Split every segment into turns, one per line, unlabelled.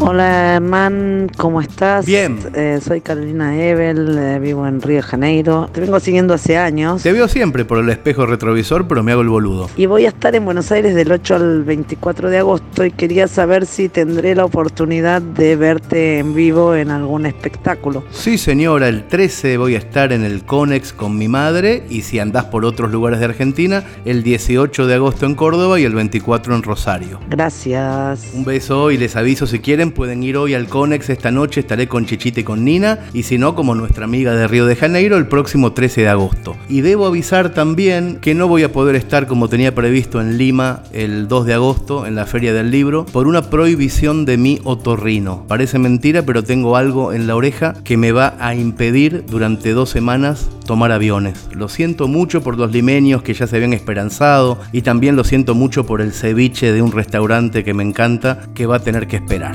Hola, man, ¿cómo estás?
Bien.
Eh, soy Carolina Ebel, eh, vivo en Río de Janeiro. Te vengo siguiendo hace años.
Te veo siempre por el espejo retrovisor, pero me hago el boludo.
Y voy a estar en Buenos Aires del 8 al 24 de agosto y quería saber si tendré la oportunidad de verte en vivo en algún espectáculo.
Sí, señora, el 13 voy a estar en el Conex con mi madre y si andás por otros lugares de Argentina, el 18 de agosto en Córdoba y el 24 en Rosario.
Gracias.
Un beso y les aviso si quieren pueden ir hoy al Conex esta noche, estaré con Chichita y con Nina y si no como nuestra amiga de Río de Janeiro el próximo 13 de agosto. Y debo avisar también que no voy a poder estar como tenía previsto en Lima el 2 de agosto en la Feria del Libro por una prohibición de mi otorrino. Parece mentira pero tengo algo en la oreja que me va a impedir durante dos semanas tomar aviones. Lo siento mucho por los limeños que ya se habían esperanzado y también lo siento mucho por el ceviche de un restaurante que me encanta que va a tener que esperar.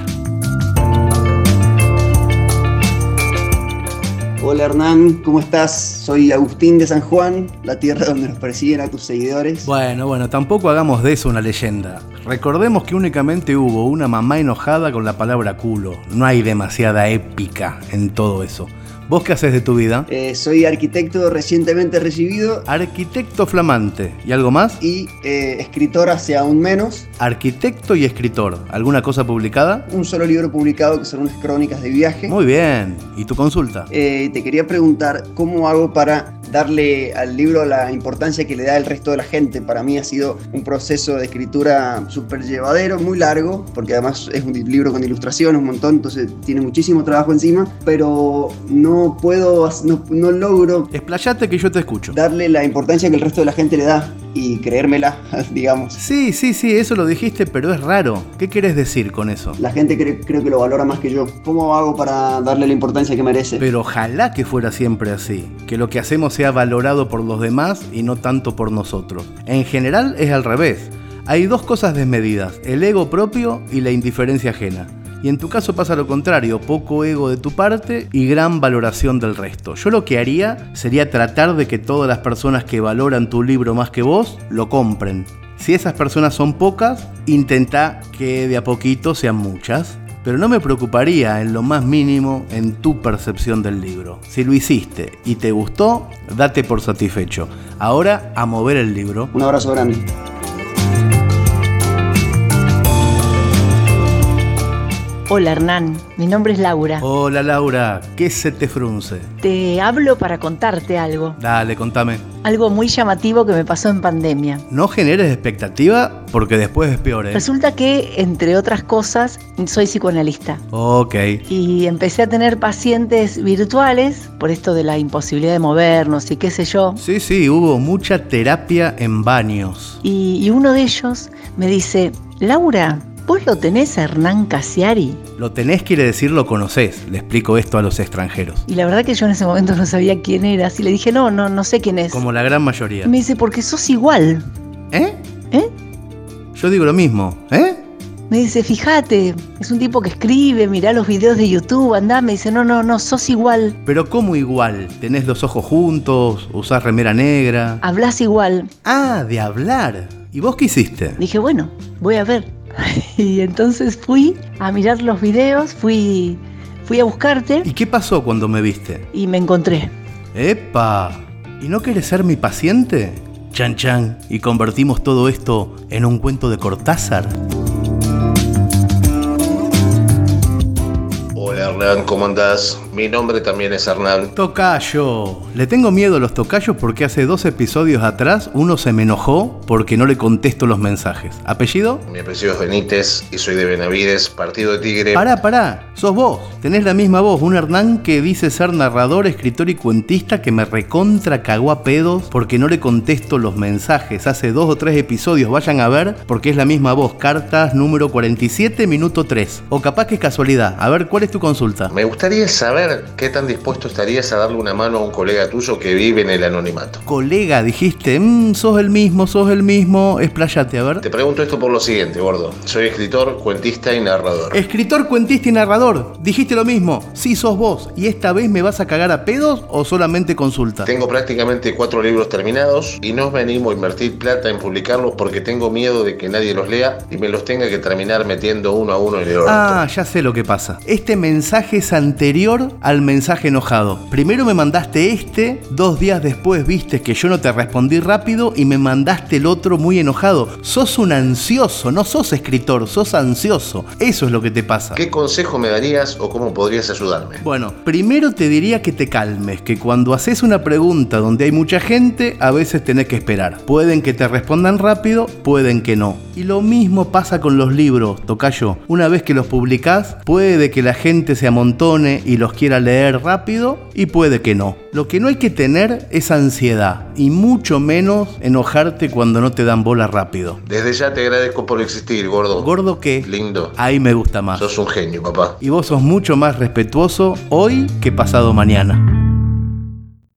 Hola Hernán, ¿cómo estás? Soy Agustín de San Juan, la tierra donde nos persiguen a tus seguidores.
Bueno, bueno, tampoco hagamos de eso una leyenda. Recordemos que únicamente hubo una mamá enojada con la palabra culo. No hay demasiada épica en todo eso. ¿Vos qué haces de tu vida?
Eh, soy arquitecto recientemente recibido
Arquitecto flamante. ¿Y algo más?
y eh, escritor hace aún menos.
Arquitecto y escritor. ¿Alguna cosa publicada?
Un solo libro publicado que son unas crónicas de viaje.
Muy bien. ¿Y tu consulta?
Eh, te quería preguntar cómo hago para darle al libro la importancia que le da el resto de la gente. Para mí ha sido un proceso de escritura súper llevadero, muy largo, porque además es un libro con ilustraciones, un montón, entonces tiene muchísimo trabajo encima, pero no puedo, no, no logro
Explayate que yo te escucho.
darle la importancia que el resto de la gente le da y creérmela, digamos.
Sí, sí, sí, eso lo dijiste, pero es raro. ¿Qué querés decir con eso?
La gente cre- creo que lo valora más que yo. ¿Cómo hago para darle la importancia que merece?
Pero ojalá que fuera siempre así, que lo que hacemos sea valorado por los demás y no tanto por nosotros. En general es al revés. Hay dos cosas desmedidas, el ego propio y la indiferencia ajena. Y en tu caso pasa lo contrario, poco ego de tu parte y gran valoración del resto. Yo lo que haría sería tratar de que todas las personas que valoran tu libro más que vos lo compren. Si esas personas son pocas, intenta que de a poquito sean muchas. Pero no me preocuparía en lo más mínimo en tu percepción del libro. Si lo hiciste y te gustó, date por satisfecho. Ahora a mover el libro.
Un abrazo grande.
Hola Hernán, mi nombre es Laura.
Hola Laura, ¿qué se te frunce?
Te hablo para contarte algo,
Dale, contame.
algo muy llamativo que me pasó en pandemia.
No generes expectativa porque después es peor, ¿eh?
Resulta que, entre otras cosas, soy psicoanalista
Ok.
y empecé a tener pacientes virtuales por esto de la imposibilidad de movernos y qué sé yo.
Sí, sí, hubo mucha terapia en baños.
Y, y uno de ellos me dice, Laura, ¿vos lo tenés a Hernán Casiari?
Lo tenés quiere decir lo conocés. Le explico esto a los extranjeros.
Y la verdad que yo en ese momento no sabía quién era, así le dije, no, no, no sé quién es.
Como la gran mayoría.
Me dice, porque sos igual,
¿Eh?
¿eh?
Yo digo lo mismo, ¿eh?
Me dice, fíjate, es un tipo que escribe, mirá los videos de YouTube, andá. Me dice, no, no, no, sos igual,
Pero ¿cómo igual? ¿Tenés los ojos juntos? ¿Usás remera negra?
hablás igual.
Ah, de hablar. ¿Y vos qué hiciste?
Dije, bueno, voy a ver. Y entonces fui a mirar los videos, fui, fui a buscarte
¿Y qué pasó cuando me viste?
y me encontré.
¡Epa! ¿Y no querés ser mi paciente? Chan chan. Y convertimos todo esto en un cuento de Cortázar.
Hola Hernán, ¿cómo andás? Mi nombre también es Hernán.
Tocayo. Le tengo miedo a los tocayos porque hace dos episodios atrás uno se me enojó porque no le contesto los mensajes. ¿Apellido?
Mi apellido es Benítez y soy de Benavides, partido de Tigre.
Pará, pará, sos vos. Tenés la misma voz, un Hernán que dice ser narrador, escritor y cuentista que me recontra cagó a pedos porque no le contesto los mensajes. Hace dos o tres episodios, vayan a ver, porque es la misma voz. Cartas número 47, minuto 3. O capaz que es casualidad. A ver, ¿cuál es tu consulta?
Me gustaría saber ver qué tan dispuesto estarías a darle una mano a un colega tuyo que vive en el anonimato.
Colega, dijiste, "Mm, sos el mismo, sos el mismo, expláyate, a ver.
Te pregunto esto por lo siguiente, gordo. Soy escritor, cuentista y narrador.
Escritor, cuentista y narrador, dijiste lo mismo, sí sos vos, y esta vez me vas a cagar a pedos o solamente consulta.
Tengo prácticamente cuatro libros terminados y no me animo a invertir plata en publicarlos porque tengo miedo de que nadie los lea y me los tenga que terminar metiendo uno a uno en el orto.
Ah, ya sé lo que pasa. Este mensaje es anterior al mensaje enojado. Primero me mandaste este, dos días después viste que yo no te respondí rápido y me mandaste el otro muy enojado. Sos un ansioso, no sos escritor, sos ansioso. Eso es lo que te pasa.
¿Qué consejo me darías o cómo podrías ayudarme?
Bueno, primero te diría que te calmes, que cuando haces una pregunta donde hay mucha gente, a veces tenés que esperar. Pueden que te respondan rápido, pueden que no. Y lo mismo pasa con los libros, Tocayo. Una vez que los publicás, puede que la gente se amontone y los quiera leer rápido y puede que no. Lo que no hay que tener es ansiedad y mucho menos enojarte cuando no te dan bola rápido.
Desde ya te agradezco por existir, gordo.
Gordo que...
Lindo.
Ahí me gusta más.
Sos un genio, papá.
Y vos sos mucho más respetuoso hoy que pasado mañana.